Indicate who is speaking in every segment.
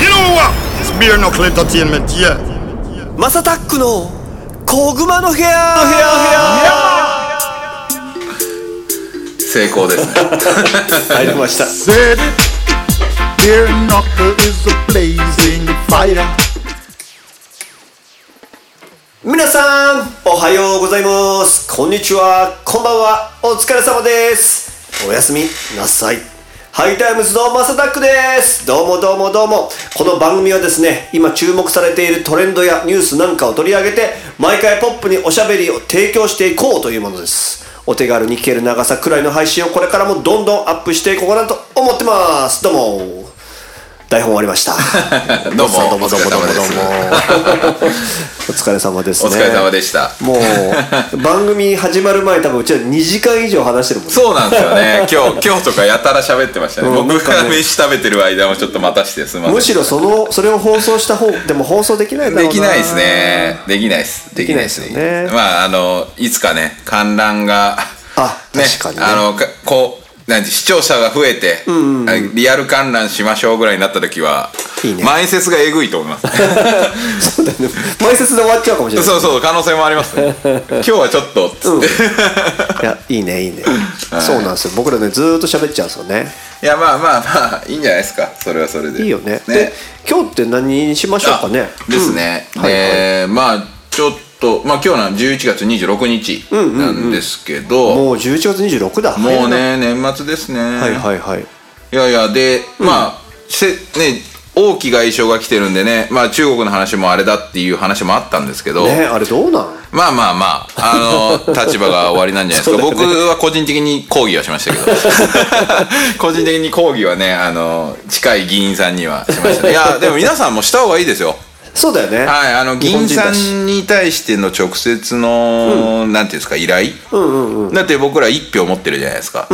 Speaker 1: It's beer knuckle entertainment, yeah.
Speaker 2: マサタックの小熊の部屋部屋部
Speaker 3: 成功ですね
Speaker 2: 屋入りました
Speaker 1: Said it. Beer knuckle is a blazing fire.
Speaker 2: 皆さんおはようございますこんにちはこんばんはお疲れ様ですおやすみなさいハイタイムズのマサタックですどうもどうもどうもこの番組はですね今注目されているトレンドやニュースなんかを取り上げて毎回ポップにおしゃべりを提供していこうというものですお手軽に聞ける長さくらいの配信をこれからもどんどんアップしていこうかなと思ってますどうも台本終わりました。
Speaker 3: どうも
Speaker 2: どうもどうもどうもどうも。お疲れ様です
Speaker 3: お
Speaker 2: ね。
Speaker 3: 疲れ様でした
Speaker 2: もう、番組始まる前多分うちら2時間以上話してるもんね。
Speaker 3: そうなんですよね今日今日 とかやたら喋ってましたね、
Speaker 2: うん
Speaker 3: 僕
Speaker 2: なん
Speaker 3: が
Speaker 2: かね
Speaker 3: 飯食べてる間もちょっと待たしてすみません
Speaker 2: むしろその、それを放送した方、でも放送できないだろう
Speaker 3: で
Speaker 2: な。
Speaker 3: きないです。ねできないですできないです
Speaker 2: できないですよね
Speaker 3: まああのいつかね観覧が
Speaker 2: あ確かにね
Speaker 3: あのかこうなんて視聴者が増えて、リアル観覧しましょうぐらいになった時はい
Speaker 2: いね
Speaker 3: 前説がえぐいと思 います、ね、
Speaker 2: そうだね。前説で終わっちゃうかもしれない。
Speaker 3: そうそう可能性もありますね今日はちょっとつって、
Speaker 2: うん。いや、いいね、いいね。そうなんですよ。僕らね、ずーっと喋っちゃうんですよね。
Speaker 3: いやまあまあまあいいんじゃないですかそれはそれで
Speaker 2: いいよね。で、今日って何にしましょうかね。
Speaker 3: あですね、
Speaker 2: うんはいはい
Speaker 3: えーまあちょっとまあ今日なん11月26日なんですけど、
Speaker 2: もう11月26だ。
Speaker 3: もう。ね年末ですね
Speaker 2: はいはいはい。
Speaker 3: いやいやで、まあせね王毅外相が来てるんでね、まあ、中国の話もあれだっていう話もあったんですけど、
Speaker 2: ねあれどうなん
Speaker 3: まあまあまああ の立場が終わりなんじゃないですか、
Speaker 2: そうだ
Speaker 3: 僕は個人的に抗議はしましたけど 個人的に抗議はねあの近い議員さんにはしましたねいやでも皆さんもした方がいいですよ
Speaker 2: そうだよね。
Speaker 3: はい、あの議
Speaker 2: 日本
Speaker 3: 員
Speaker 2: 人
Speaker 3: さ
Speaker 2: だし
Speaker 3: んに対しての直接の、なんていうんですか依頼、だって僕ら一票持ってるじゃないですか、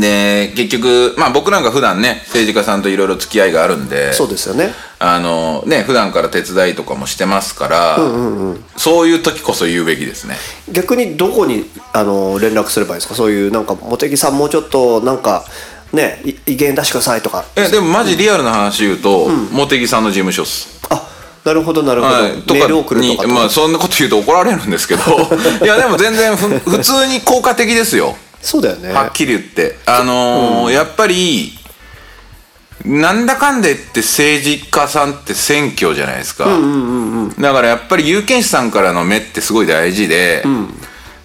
Speaker 3: で結局まあ僕なんか普段ね政治家さんといろいろ付き合いがあるんで
Speaker 2: そうですよね。
Speaker 3: あのね普段から手伝いとかもしてますから、そういう時こそ言うべきですね
Speaker 2: 逆にどこにあの連絡すればいいですかそういうなんか茂木さんもうちょっとなんかねい意見出してくださいとか
Speaker 3: えでもマジリアルな話言うと、茂木さんの事務所っす
Speaker 2: あなるほどなるほど、
Speaker 3: はい、と
Speaker 2: メールを
Speaker 3: か
Speaker 2: 送ると
Speaker 3: に
Speaker 2: か
Speaker 3: まあそんなこと言うと怒られるんで すけどいやでも全然ふ普通に効果的ですよ
Speaker 2: そうだよね
Speaker 3: はっきり言って。あのーやっぱり、なんだかんで言って政治家さんって選挙じゃないですか。だからやっぱり有権者さんからの目ってすごい大事で、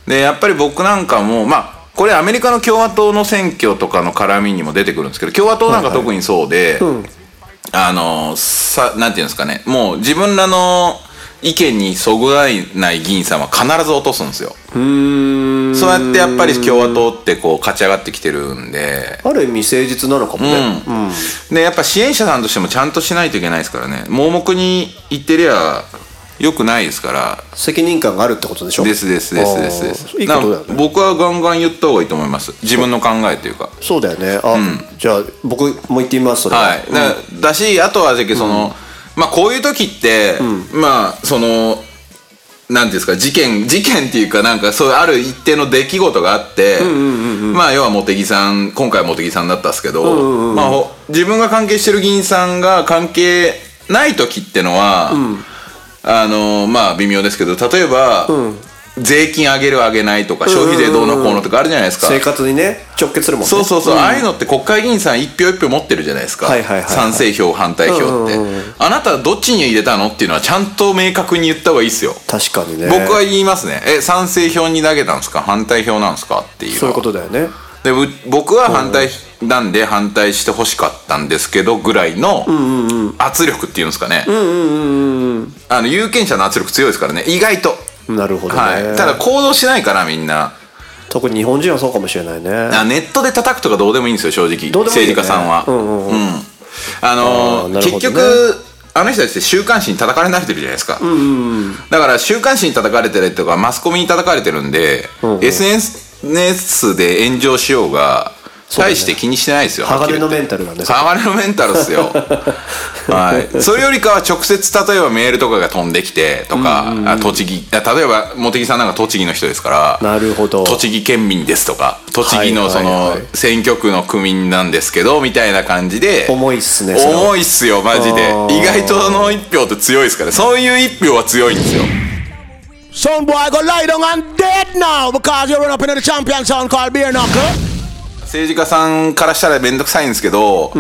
Speaker 3: で、やっぱり僕なんかも、まあ、これアメリカの共和党の選挙とかの絡みにも出てくるんですけど、共和党なんか特にそうで、あのーさ、なんていうんですかね、もう自分らの意見にそぐわない議員さんは必ず落とすんですよ。そうやってやっぱり共和党ってこう勝ち上がってきてるんで、
Speaker 2: ある意味誠実なのかもね、うん
Speaker 3: で、やっぱ支援者さんとしてもちゃんとしないといけないですからね、盲目に言ってりゃ良くないですから、
Speaker 2: 責任感があるってことでしょ
Speaker 3: ですですですですです。
Speaker 2: あーいいことだよ
Speaker 3: な
Speaker 2: ね
Speaker 3: 僕はガンガン言った方がいいと思います。自分の考えというか。
Speaker 2: そうだよねあ、じゃあ僕も言ってみますそれ
Speaker 3: はい。だだし、あとは、じゃあその、まあこういう時って、まあ、その、なんていうんですか事件事件っていうかなんかそういうある一定の出来事があって、まあ要は茂木さん今回は茂木さんだったんですけど、まあ、ほ自分が関係してる議員さんが関係ない時ってのは、あのまあ微妙ですけど例えば、税金上げる上げないとか消費税どうのこうのとかあるじゃないですか。
Speaker 2: 生活にね直結するもんね
Speaker 3: そうそうそう、ああいうのって国会議員さん一票一票持ってるじゃないですか、
Speaker 2: はいはいはいはい
Speaker 3: 賛成票反対票って、
Speaker 2: うん
Speaker 3: あなたはどっちに入れたのっていうのはちゃんと明確に言った方がいいですよ、
Speaker 2: 確かにね
Speaker 3: 僕は言いますねえ賛成票に投げたんですか反対票なんですかっていうの
Speaker 2: そういうことだよね
Speaker 3: でう僕は反対なんで反対してほしかったんですけどぐらいの圧力っていうんですかねあの有権者の圧力強いですからね意外と、
Speaker 2: なるほどね、
Speaker 3: はい、ただ行動しないからみんな
Speaker 2: 特に日本人はそうかもしれないね
Speaker 3: あネットで叩くとかどうでもいいんですよ正直
Speaker 2: どうでもいい
Speaker 3: 政
Speaker 2: よね
Speaker 3: 治家さんは、
Speaker 2: うんうんうん
Speaker 3: あの
Speaker 2: あーなる
Speaker 3: 結
Speaker 2: ほどね
Speaker 3: 局あの人たちって週刊誌に叩かれ慣れてるじゃないですか、だから週刊誌に叩かれてるとかマスコミに叩かれてるんで、SNS で炎上しよう
Speaker 2: う
Speaker 3: が
Speaker 2: だね
Speaker 3: 大して気にしてないですよ
Speaker 2: 鋼の
Speaker 3: はっきり
Speaker 2: メンタ
Speaker 3: 言って
Speaker 2: ルなんです
Speaker 3: 鋼のメンタルっすよはい、それよりかは直接例えばメールとかが飛んできてとか、あ栃木あ例えば茂木さんなんか栃木の人ですから
Speaker 2: なるほど
Speaker 3: 栃木県民ですとか栃木のそ
Speaker 2: はい
Speaker 3: の
Speaker 2: はいはい
Speaker 3: 選挙区の区民なんですけどみたいな感じで
Speaker 2: 重いっすねそれは
Speaker 3: 重いっすよマジ
Speaker 2: あ
Speaker 3: で
Speaker 2: ー
Speaker 3: 意外とその一票って強いですからそういう一票は強いんですよ
Speaker 4: Son boy go lie down and dead now because you run up into the champion sound called Beer Knuckle.
Speaker 3: 政治家さんからしたら面倒くさいんですけど、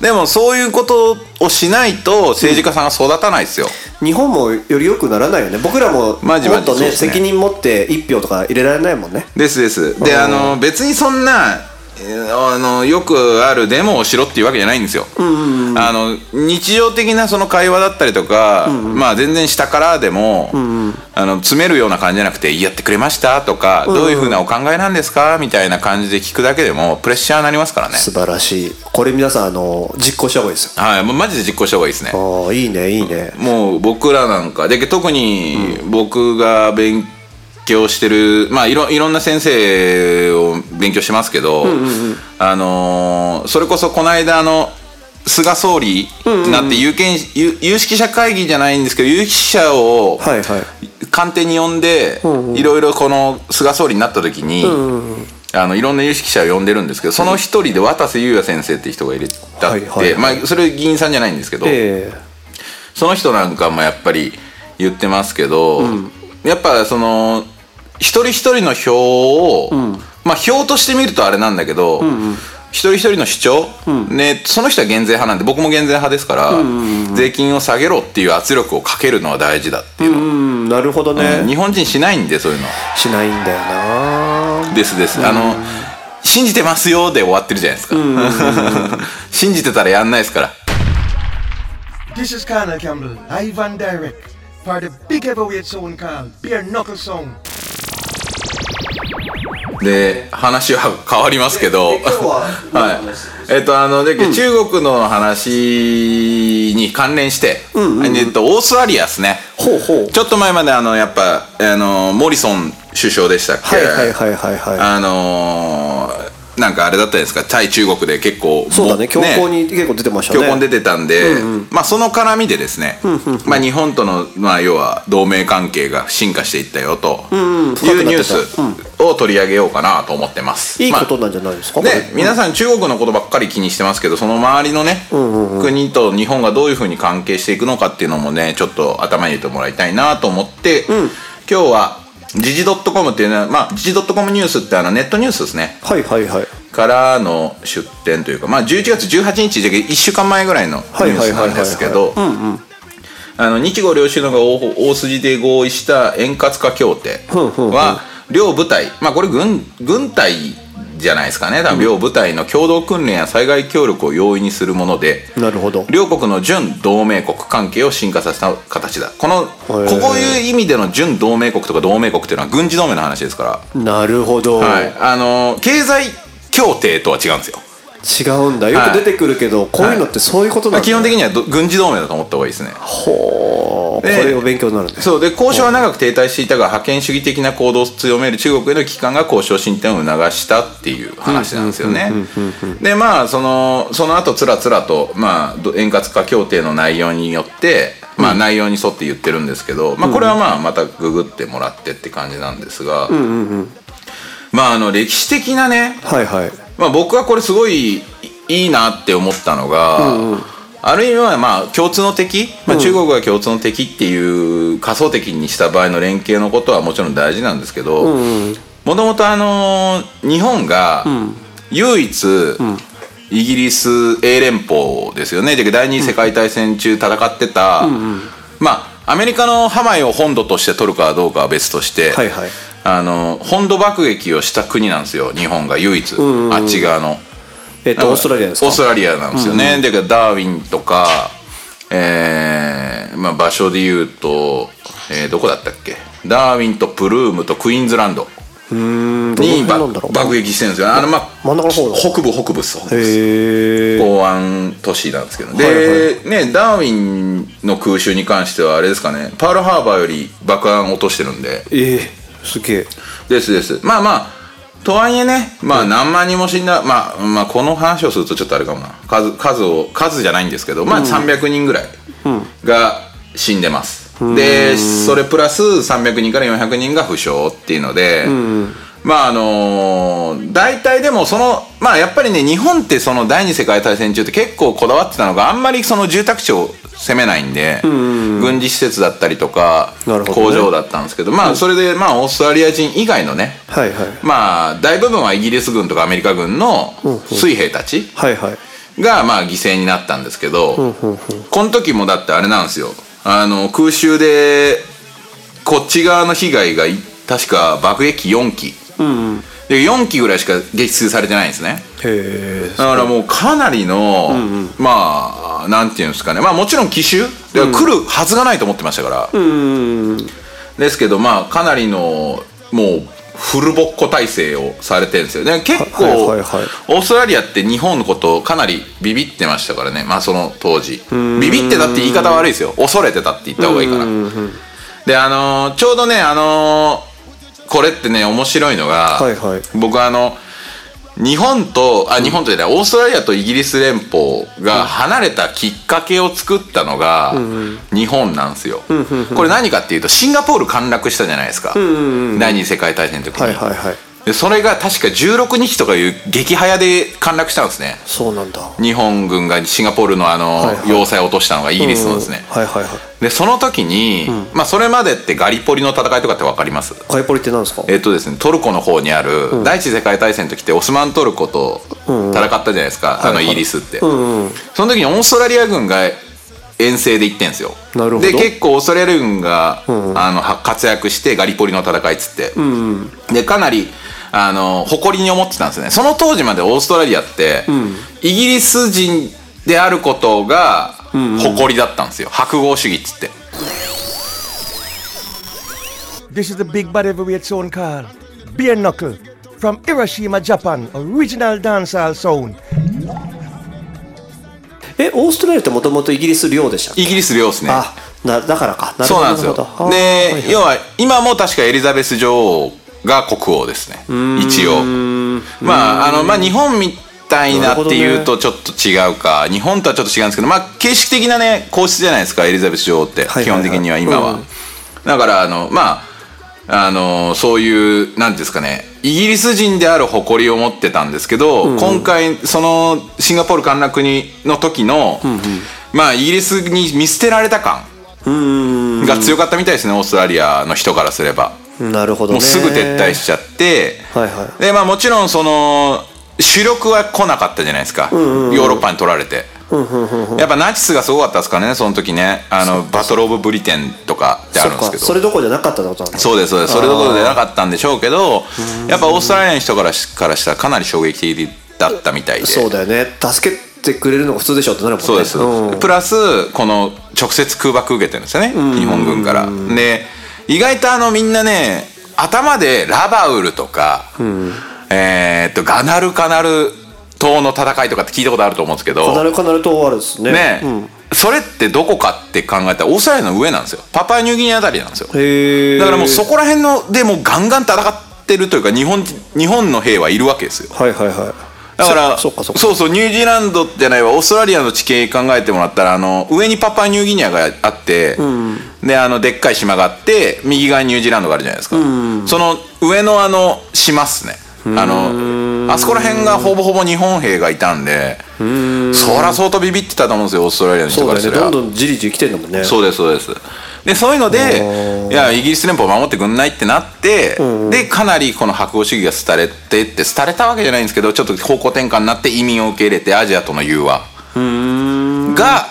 Speaker 3: でもそういうことをしないと政治家さんが育たないですよ、
Speaker 2: 日本もより良くならないよね僕らもも
Speaker 3: マ
Speaker 2: っ
Speaker 3: ジマジ
Speaker 2: と
Speaker 3: そう
Speaker 2: ね
Speaker 3: ですね
Speaker 2: 責任持って1票とか入れられないもんね
Speaker 3: ですですで
Speaker 2: うん
Speaker 3: あの別にそんなえーあのよくあるデモをしろっていうわけじゃないんですよ、あの日常的なその会話だったりとか、まあ全然下からでも、あの詰めるような感じじゃなくて「やってくれました?」とか、どういうふうなお考えなんですか?」みたいな感じで聞くだけでもプレッシャーになりますからね
Speaker 2: 素晴らしいこれ皆さんあの実行した方がいいですよ
Speaker 3: はいもうマジで実行した方がいいですね
Speaker 2: ああいいねいいね
Speaker 3: もう僕らなんかで特に僕が勉強してる、まあいろいろんな先生を勉強してますけど、あのーそれこそこの間あの菅総理になって有権、有有識者会議じゃないんですけど有識者を
Speaker 2: はいはい
Speaker 3: 官邸に呼んで、いろいろこの菅総理になった時に、あのいろんな有識者を呼んでるんですけどその一人で渡瀬優也先生って人がいるだって、
Speaker 2: はいはいはい
Speaker 3: まあ、それ議員さんじゃないんですけど、
Speaker 2: え
Speaker 3: その人なんかもやっぱり言ってますけど、やっぱその一人一人の票を、まあ票として見るとあれなんだけど、一人一人の主張、ね、その人は減税派なんで僕も減税派ですから、税金を下げろっていう圧力をかけるのは大事だっていう
Speaker 2: えうんなるほどね、
Speaker 3: 日本人しないんでそういうの
Speaker 2: しないんだよな
Speaker 3: ですです、あの信じてますよで終わってるじゃないですか、 信じてたらやんないですから
Speaker 5: This is Conor Campbell, live and direct, for the big heavyweight sound called Bare Knuckle Sound.
Speaker 3: で話は変わりますけど
Speaker 2: え今日は
Speaker 3: はいえっとあので中国の話に関連して、えっと、オーストラリアですね
Speaker 2: ほうほう
Speaker 3: ちょっと前まであのやっぱあのモリソン首相でしたっけ
Speaker 2: はいはいはいはいは
Speaker 3: あのーなんかあれだったじゃないですか対中国で結構
Speaker 2: いそうだ
Speaker 3: も
Speaker 2: ね強硬に結構出てましたね
Speaker 3: 強婚出てたんで、まあ、その絡みでですね、まあ、日本との、まあ、要は同盟関係が進化していったよというニュースを取り上げようかなと思ってます。
Speaker 2: いい
Speaker 3: まあ
Speaker 2: ことなんじゃないですか、こ
Speaker 3: ね
Speaker 2: れ、
Speaker 3: 皆さん中国のことばっかり気にしてますけどその周りのね、国と日本がどういうふうに関係していくのかっていうのもねちょっと頭に入れてもらいたいなと思って、今日は時事 .com っていうのは、まあ、時事 .com ニュースってあのネットニュースですね
Speaker 2: はいはいはい
Speaker 3: からの出展というか、まあ、11月18日で1週間前ぐらいのニュースなんですけどあの日豪両首脳が大大筋で合意した円滑化協定は両部隊、まあ、これ軍軍隊じゃないですかね多分両部隊の共同訓練や災害協力を容易にするもので。
Speaker 2: なるほど
Speaker 3: 両国の準同盟国関係を進化させた形だこのこういう意味での準同盟国とか同盟国っていうのは軍事同盟の話ですから
Speaker 2: なるほど、
Speaker 3: はい、あのー経済協定とは違うんですよ。
Speaker 2: 違うんだよく出てくるけど、こういうのってそういうことなんだ、
Speaker 3: 基本的にはど軍事同盟だと思った方がいいですね。
Speaker 2: ほうこ
Speaker 3: で
Speaker 2: れを勉強になるね
Speaker 3: そうで交渉は長く停滞していたが覇権主義的な行動を強める中国への危機感が交渉進展を促したっていう話なんですよね。でまあそのその後つらつらと、まあ、ど円滑化協定の内容によって、まあ、内容に沿って言ってるんですけど、まあ、これはまあまたググってもらってって感じなんですが、まああの歴史的なね
Speaker 2: はいはい
Speaker 3: まあ、僕はこれすごいいいいなって思ったのが、ある意味はまあ共通の敵、まあ、中国が共通の敵っていう仮想敵にした場合の連携のことはもちろん大事なんですけどもともとあのー日本が唯一、イギリス英連邦ですよねで第二次世界大戦中戦ってた、まあアメリカのハワイを本土として取るかどうかは別として、
Speaker 2: はいはい
Speaker 3: あの本土爆撃をした国なんですよ日本が唯一、あっち側の
Speaker 2: えっ、とオーストラリアですか
Speaker 3: オーストラリアなんですよね、だからダーウィンとかえーまあ、場所で言うと、えーどこだったっけダーウィンとプルームとクイーンズランドにば
Speaker 2: どの辺なんだろう
Speaker 3: 爆撃してるんですよあの、まあ、
Speaker 2: 真ん中の方だ
Speaker 3: 北部北部です北部です
Speaker 2: へえ
Speaker 3: 港湾都市なんですけどで、ね、ダーウィンの空襲に関してはあれですかねパールハーバーより爆弾落としてるんで
Speaker 2: えー、すげえ
Speaker 3: ですですまあまあとはいえね、まあ何万人も死んだ、まあ、まあこの話をするとちょっとあれかもな。数、数を、数じゃないんですけど、まあ300人ぐらいが死んでます。で、それプラス300人から400人が負傷っていうので、まああのー大体でもその、まあやっぱりね、日本ってその第二次世界大戦中って結構こだわってたのがあんまりその住宅地を攻めないんで、軍事施設だったりとか、
Speaker 2: なるほどね
Speaker 3: 工場だったんですけど、まあそれでまあオーストラリア人以外のね、
Speaker 2: はいはい
Speaker 3: まあ大部分はイギリス軍とかアメリカ軍の水兵たち
Speaker 2: はいはい
Speaker 3: がまあ犠牲になったんですけどこの時もだってあれなんですよあの空襲でこっち側の被害がい確か爆撃機4機で4機ぐらいしか撃墜されてないんですね
Speaker 2: へえ
Speaker 3: だからもうかなりのまあなんていうんですかねまあもちろん奇襲で来るはずがないと思ってましたからですけどまあかなりのもうフルボッコ体制をされてるんですよね結構、
Speaker 2: はいはいはい
Speaker 3: オーストラリアって日本のことをかなりビビってましたからねまあその当時ビビってたって言い方悪いですよ恐れてたって言った方がいいからであのーちょうどねあのーこれってね面白いのが、
Speaker 2: はいはい
Speaker 3: 僕はあの日本とあ日本とじゃないオーストラリアとイギリス連邦が離れたきっかけを作ったのが日本なんですよ。これ何かっていうとシンガポール陥落したじゃないですか、第二次世界大戦の時に、
Speaker 2: はいはいはい
Speaker 3: でそれが確か16日とかいう激早で陥落したんですね
Speaker 2: そうなんだは
Speaker 3: 日本軍がシンガポールのあの、
Speaker 2: はいはい
Speaker 3: 要塞を落としたのがイギリスのですね、
Speaker 2: はいはいはい
Speaker 3: でその時に、まあそれまでってガリポリの戦いとかって分かります
Speaker 2: ガイポリって何ですか
Speaker 3: えっとですね、トルコの方にある、第一次世界大戦の時ってオスマントルコと戦ったじゃないですか、あのイギリスって、その時にオーストラリア軍が遠征で行ってんですよ
Speaker 2: なるほど
Speaker 3: で結構オーストラリア軍が、あのは活躍してガリポリの戦いっつって、でかなりあの誇りに思ってたんですねその当時までオーストラリアって、イギリス人であることが誇りだったんですよ白豪主義っつって。
Speaker 5: This is the big bad heavyweight sound called Bare Knuckle from Hiroshima, Japan. Original dancehall sound.
Speaker 2: えオーストラリアってもともとイギリス領でしたっけ
Speaker 3: イギリス領ですね
Speaker 2: あなだからかなる
Speaker 3: そ
Speaker 2: ほ
Speaker 3: う
Speaker 2: ど
Speaker 3: なんですよ
Speaker 2: るほどあー
Speaker 3: で、
Speaker 2: はいはい
Speaker 3: 要は今も確かエリザベス女王が国王ですね一応まああのまあ日本みたいなっていうとちょっと違うか、日本とはちょっと違うんですけどまあ形式的なね皇室じゃないですかエリザベス女王って、
Speaker 2: はいはい
Speaker 3: 基本的には今は、
Speaker 2: うん
Speaker 3: だからあのまああのそういうなんていうんですかねイギリス人である誇りを持ってたんですけど、今回そのシンガポール陥落にの時の、まあイギリスに見捨てられた感が強かったみたいですねオーストラリアの人からすれば
Speaker 2: なるほどね
Speaker 3: もうすぐ撤退しちゃって、
Speaker 2: はいはい
Speaker 3: でまあもちろんその主力は来なかったじゃないですか、ヨーロッパに取られて、やっぱナチスがすごかったですからねその時ねあのバトル・オブ・ブリテンとかってあ
Speaker 2: そ
Speaker 3: る
Speaker 2: っ
Speaker 3: んですけ
Speaker 2: か
Speaker 3: ど
Speaker 2: それどころじゃなかったってことなんだ
Speaker 3: そうですそうですそれどころでなかったんでしょうけどやっぱオーストラリアの人からしからしたらかなり衝撃的だったみたいで
Speaker 2: そうだよね助けてくれるのが普通でしょってなるもんね
Speaker 3: そうです、
Speaker 2: ん
Speaker 3: プラスこの直接空爆受けてるんですよね、日本軍からで意外とあのみんなね頭でラバウルとか、えーっとガナルカナル島の戦いとかって聞いたことあると思うんですけど
Speaker 2: カナルカナル島あるですね
Speaker 3: ね、
Speaker 2: うん
Speaker 3: それってどこかって考えたらオーストラリアの上なんですよパパニューギニアあたりなんですよ
Speaker 2: へえ
Speaker 3: だからもうそこら辺のでもうガンガン戦ってるというか日本日本の兵はいるわけですよ
Speaker 2: はいはいはい
Speaker 3: だから
Speaker 2: そそうかそうか
Speaker 3: そうニュージーランドじゃないわオーストラリアの地形考えてもらったらあの上にパパニューギニアがあって、であのでっかい島があって右側にニュージーランドがあるじゃないですか、その上のあの島っすねあのあそこら辺がほぼほぼ日本兵がいたんでそら相当ビビってたと思うんですよオーストラリアの人
Speaker 2: そう
Speaker 3: か
Speaker 2: だ
Speaker 3: ら
Speaker 2: よ
Speaker 3: す
Speaker 2: ね
Speaker 3: れば
Speaker 2: どんどんじりじり来てんだもんね
Speaker 3: そうですそうですでそういうのでいやイギリス連邦を守ってくんないってなって、でかなりこの白豪主義が廃れてって廃れたわけじゃないんですけどちょっと方向転換になって移民を受け入れてアジアとの融和が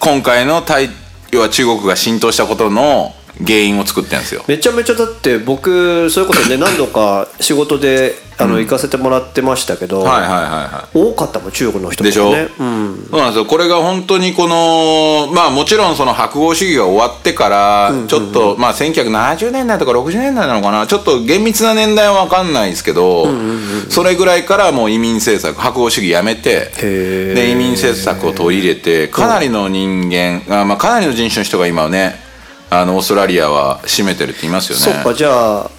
Speaker 3: 今回の対要は中国が浸透したことの原因を作ってるんですよ。
Speaker 2: めちゃめちゃだって僕そういうこと ね何度か仕事であの行かせてもらってましたけど
Speaker 3: はいはいはいはい
Speaker 2: 多かったもん中国の人とか
Speaker 3: でしょ、
Speaker 2: ねうん
Speaker 3: そうなんですよこれが本当にこのまあもちろんその白豪主義が終わってからちょっと、まあ1970年代とか60年代なのかなちょっと厳密な年代は分かんないですけど、それぐらいからもう移民政策白豪主義やめて
Speaker 2: へー
Speaker 3: で移民政策を取り入れてかなりの人間、あまあ、かなりの人種の人が今はねあのオーストラリアは占めてるって言いますよね。
Speaker 2: そっかじゃあ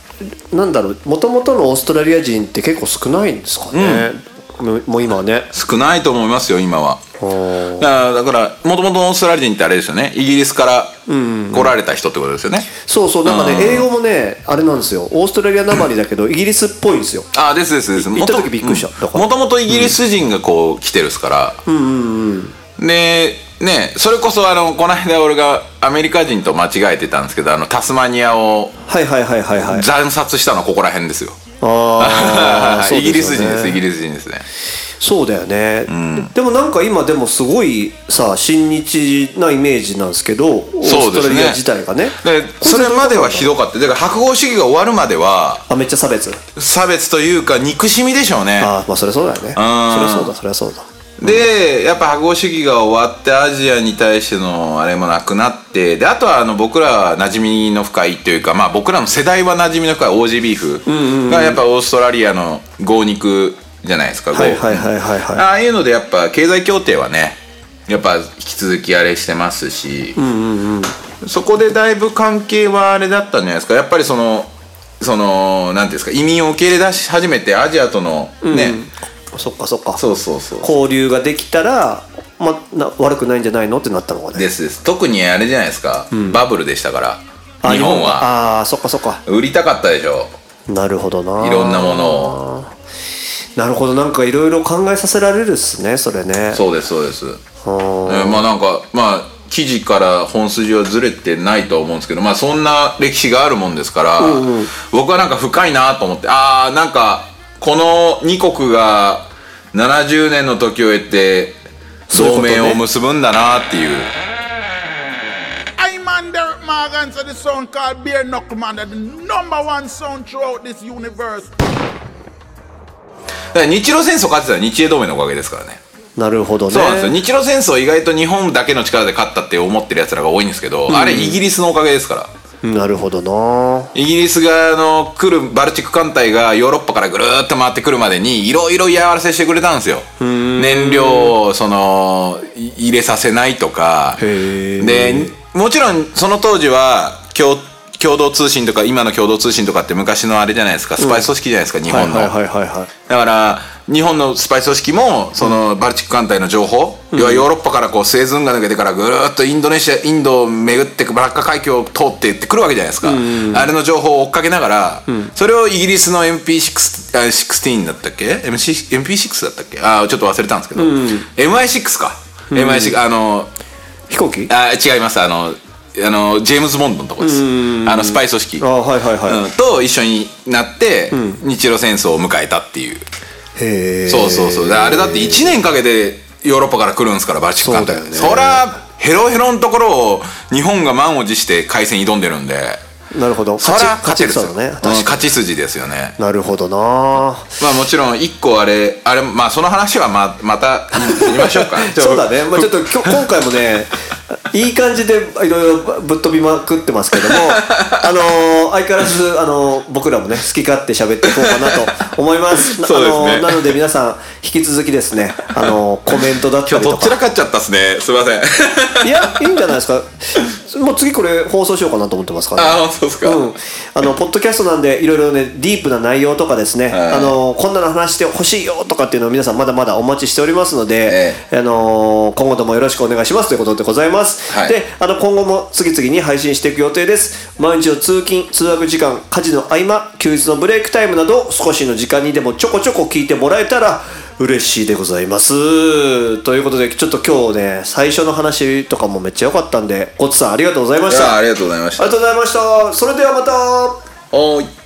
Speaker 2: なんだろうもともとのオーストラリア人って結構少ないんですかね、ももう今はね
Speaker 3: 少ないと思いますよ今は
Speaker 2: お
Speaker 3: だからもともとオーストラリア人ってあれですよねイギリスから来られた人ってことですよね、
Speaker 2: そうそうなんか
Speaker 3: うん
Speaker 2: ね英語もねあれなんですよオーストラリアなまりだけどイギリスっぽいんですよ
Speaker 3: ああですですです
Speaker 2: 行った時びっくりしただから
Speaker 3: もともとイギリス人がこう来てるっすから、でねそれこそあのこの間俺がアメリカ人と間違えてたんですけどあのタスマニアを
Speaker 2: はいはいはいはいはい
Speaker 3: 惨殺したのはここら辺ですよ、
Speaker 2: あ あ
Speaker 3: イギリス人ですイギ
Speaker 2: リ
Speaker 3: リス人ですね
Speaker 2: スそうだよね、でもなんか今でもすごいさ親日なイメージなんですけどオー
Speaker 3: そう
Speaker 2: ス
Speaker 3: で
Speaker 2: ト
Speaker 3: す
Speaker 2: ラ
Speaker 3: ね
Speaker 2: リア自体がね
Speaker 3: でそれまではひどかっただから白豪主義が終わるまでは
Speaker 2: あめっちゃ差別
Speaker 3: 差別というか憎しみでしょうね
Speaker 2: ああまあそりゃそうだよねそりゃそうだそりゃそうだ
Speaker 3: でやっぱ白豪主義が終わってアジアに対してのあれもなくなってであとはあの僕らは馴染みの深いというか、まあ、僕らの世代は馴染みの深いオージービーフがやっぱオーストラリアの豪肉じゃないですか
Speaker 2: はい
Speaker 3: 豪
Speaker 2: はいはいはいはい
Speaker 3: ああいうのでやっぱ経済協定はねやっぱ引き続きあれしてますし、そこでだいぶ関係はあれだったんじゃないですかやっぱりそのそのなんていうんですか移民を受け入れ出し始めてアジアとのね、
Speaker 2: そっかそっか
Speaker 3: そうそうそう
Speaker 2: 交流ができたら、ま、な悪くないんじゃないのってなったのかね
Speaker 3: ですです特にあれじゃないですか、バブルでしたから
Speaker 2: あ
Speaker 3: 日本は
Speaker 2: ああーそっかそっか
Speaker 3: 売りたかったでしょ
Speaker 2: なるほどないい
Speaker 3: ろんなもの
Speaker 2: をなるほどなんかいろいろ考えさせられるっすねそれね
Speaker 3: そうですそうです、え
Speaker 2: うん
Speaker 3: ーまあなんかまあ記事から本筋はずれてないとは思うんですけどまあそんな歴史があるもんですから、僕はなんか深いなと思ってああなんかこの2国が70年の時を経て
Speaker 2: そういうこ
Speaker 3: 同
Speaker 2: とね
Speaker 3: 盟を結ぶんだなっていう
Speaker 1: I'm on Derek Morgan, so the song called Bare Knuckle Man, that the number one song throughout this universe.
Speaker 3: だから日露戦争勝ってたら日英同盟のおかげですからね
Speaker 2: なるほどね
Speaker 3: そうなんですよ日露戦争意外と日本だけの力で勝ったって思ってる奴らが多いんですけど、あれイギリスのおかげですから
Speaker 2: うんなるほどな
Speaker 3: イギリスがあの来るバルチック艦隊がヨーロッパからぐるーっと回ってくるまでにいろいろ嫌がらせしてくれたんですよ燃料をそのい入れさせないとかでもちろんその当時は共共同通信とか今の共同通信とかって昔のあれじゃないですかスパイ組織じゃないですか、日
Speaker 2: はい
Speaker 3: 本の、
Speaker 2: はいはいはいはい
Speaker 3: だから日本のスパイ組織もそのバルチック艦隊の情報、要はヨーロッパからこうスエズ運河抜けてからぐるーっとインドネシアインドを巡ってバラッカ海峡を通ってってくるわけじゃないですか、あれの情報を追っかけながら、それをイギリスの MP6 あ16だったっけ MC ?MP6 だったっけあーちょっと忘れたんですけど、MI6 か、MI6 あの
Speaker 2: 飛行機
Speaker 3: あー違いますあのあのジェームズ・ボンドのとこです、あのスパイ組織、
Speaker 2: あはいはいはい、
Speaker 3: うんと一緒になって日露戦争を迎えたっていう。
Speaker 2: へえ
Speaker 3: そうそうそうであれだって1年かけてヨーロッパから来るんですからバルチック艦隊
Speaker 2: そうだよね
Speaker 3: そりゃヘロヘロのところを日本が満を持して海戦挑んでるんで
Speaker 2: なるほど
Speaker 3: そりゃ勝
Speaker 2: 勝
Speaker 3: ち
Speaker 2: ち
Speaker 3: ですよ、
Speaker 2: 勝ち戦だね
Speaker 3: うん
Speaker 2: 確かに
Speaker 3: 勝ち筋ですよね
Speaker 2: なるほどな
Speaker 3: まあもちろん1個あれあれまあその話はままた言いまし ょうか
Speaker 2: そうだね、まあ、ちょっと きょ今回もねいい感じでいろいろぶっ飛びまくってますけ ども、あのー相変わらず、あのー僕らもね好き勝手喋っていこうかなと思います。な
Speaker 3: そうですね
Speaker 2: あのーなので皆さん引き続きですね、あのーコメントだった
Speaker 3: 今
Speaker 2: り
Speaker 3: 日
Speaker 2: と
Speaker 3: どっちら
Speaker 2: か
Speaker 3: かっちゃったっすねすいません
Speaker 2: いやいいんじゃないですかもう次これ放送しようかなと思ってますから、ね。
Speaker 3: ああそうですか、
Speaker 2: うん、あのポッドキャストなんでいろいろねディープな内容とかですね、
Speaker 3: はい
Speaker 2: あのこんなの話してほしいよとかっていうのを皆さんまだまだお待ちしておりますので
Speaker 3: え、
Speaker 2: あの今後ともよろしくお願いしますということでございます、
Speaker 3: はい
Speaker 2: であの今後も次々に配信していく予定です毎日の通勤通学時間家事の合間休日のブレイクタイムなど少しの時間にでもちょこちょこ聞いてもらえたら嬉しいでございますということでちょっと今日ね最初の話とかもめっちゃ良かったんでゴッツさんありがとうございま
Speaker 3: い
Speaker 2: した
Speaker 3: やありがとうございまし
Speaker 2: ありが
Speaker 3: た
Speaker 2: とうございました。それではまた。
Speaker 3: おーい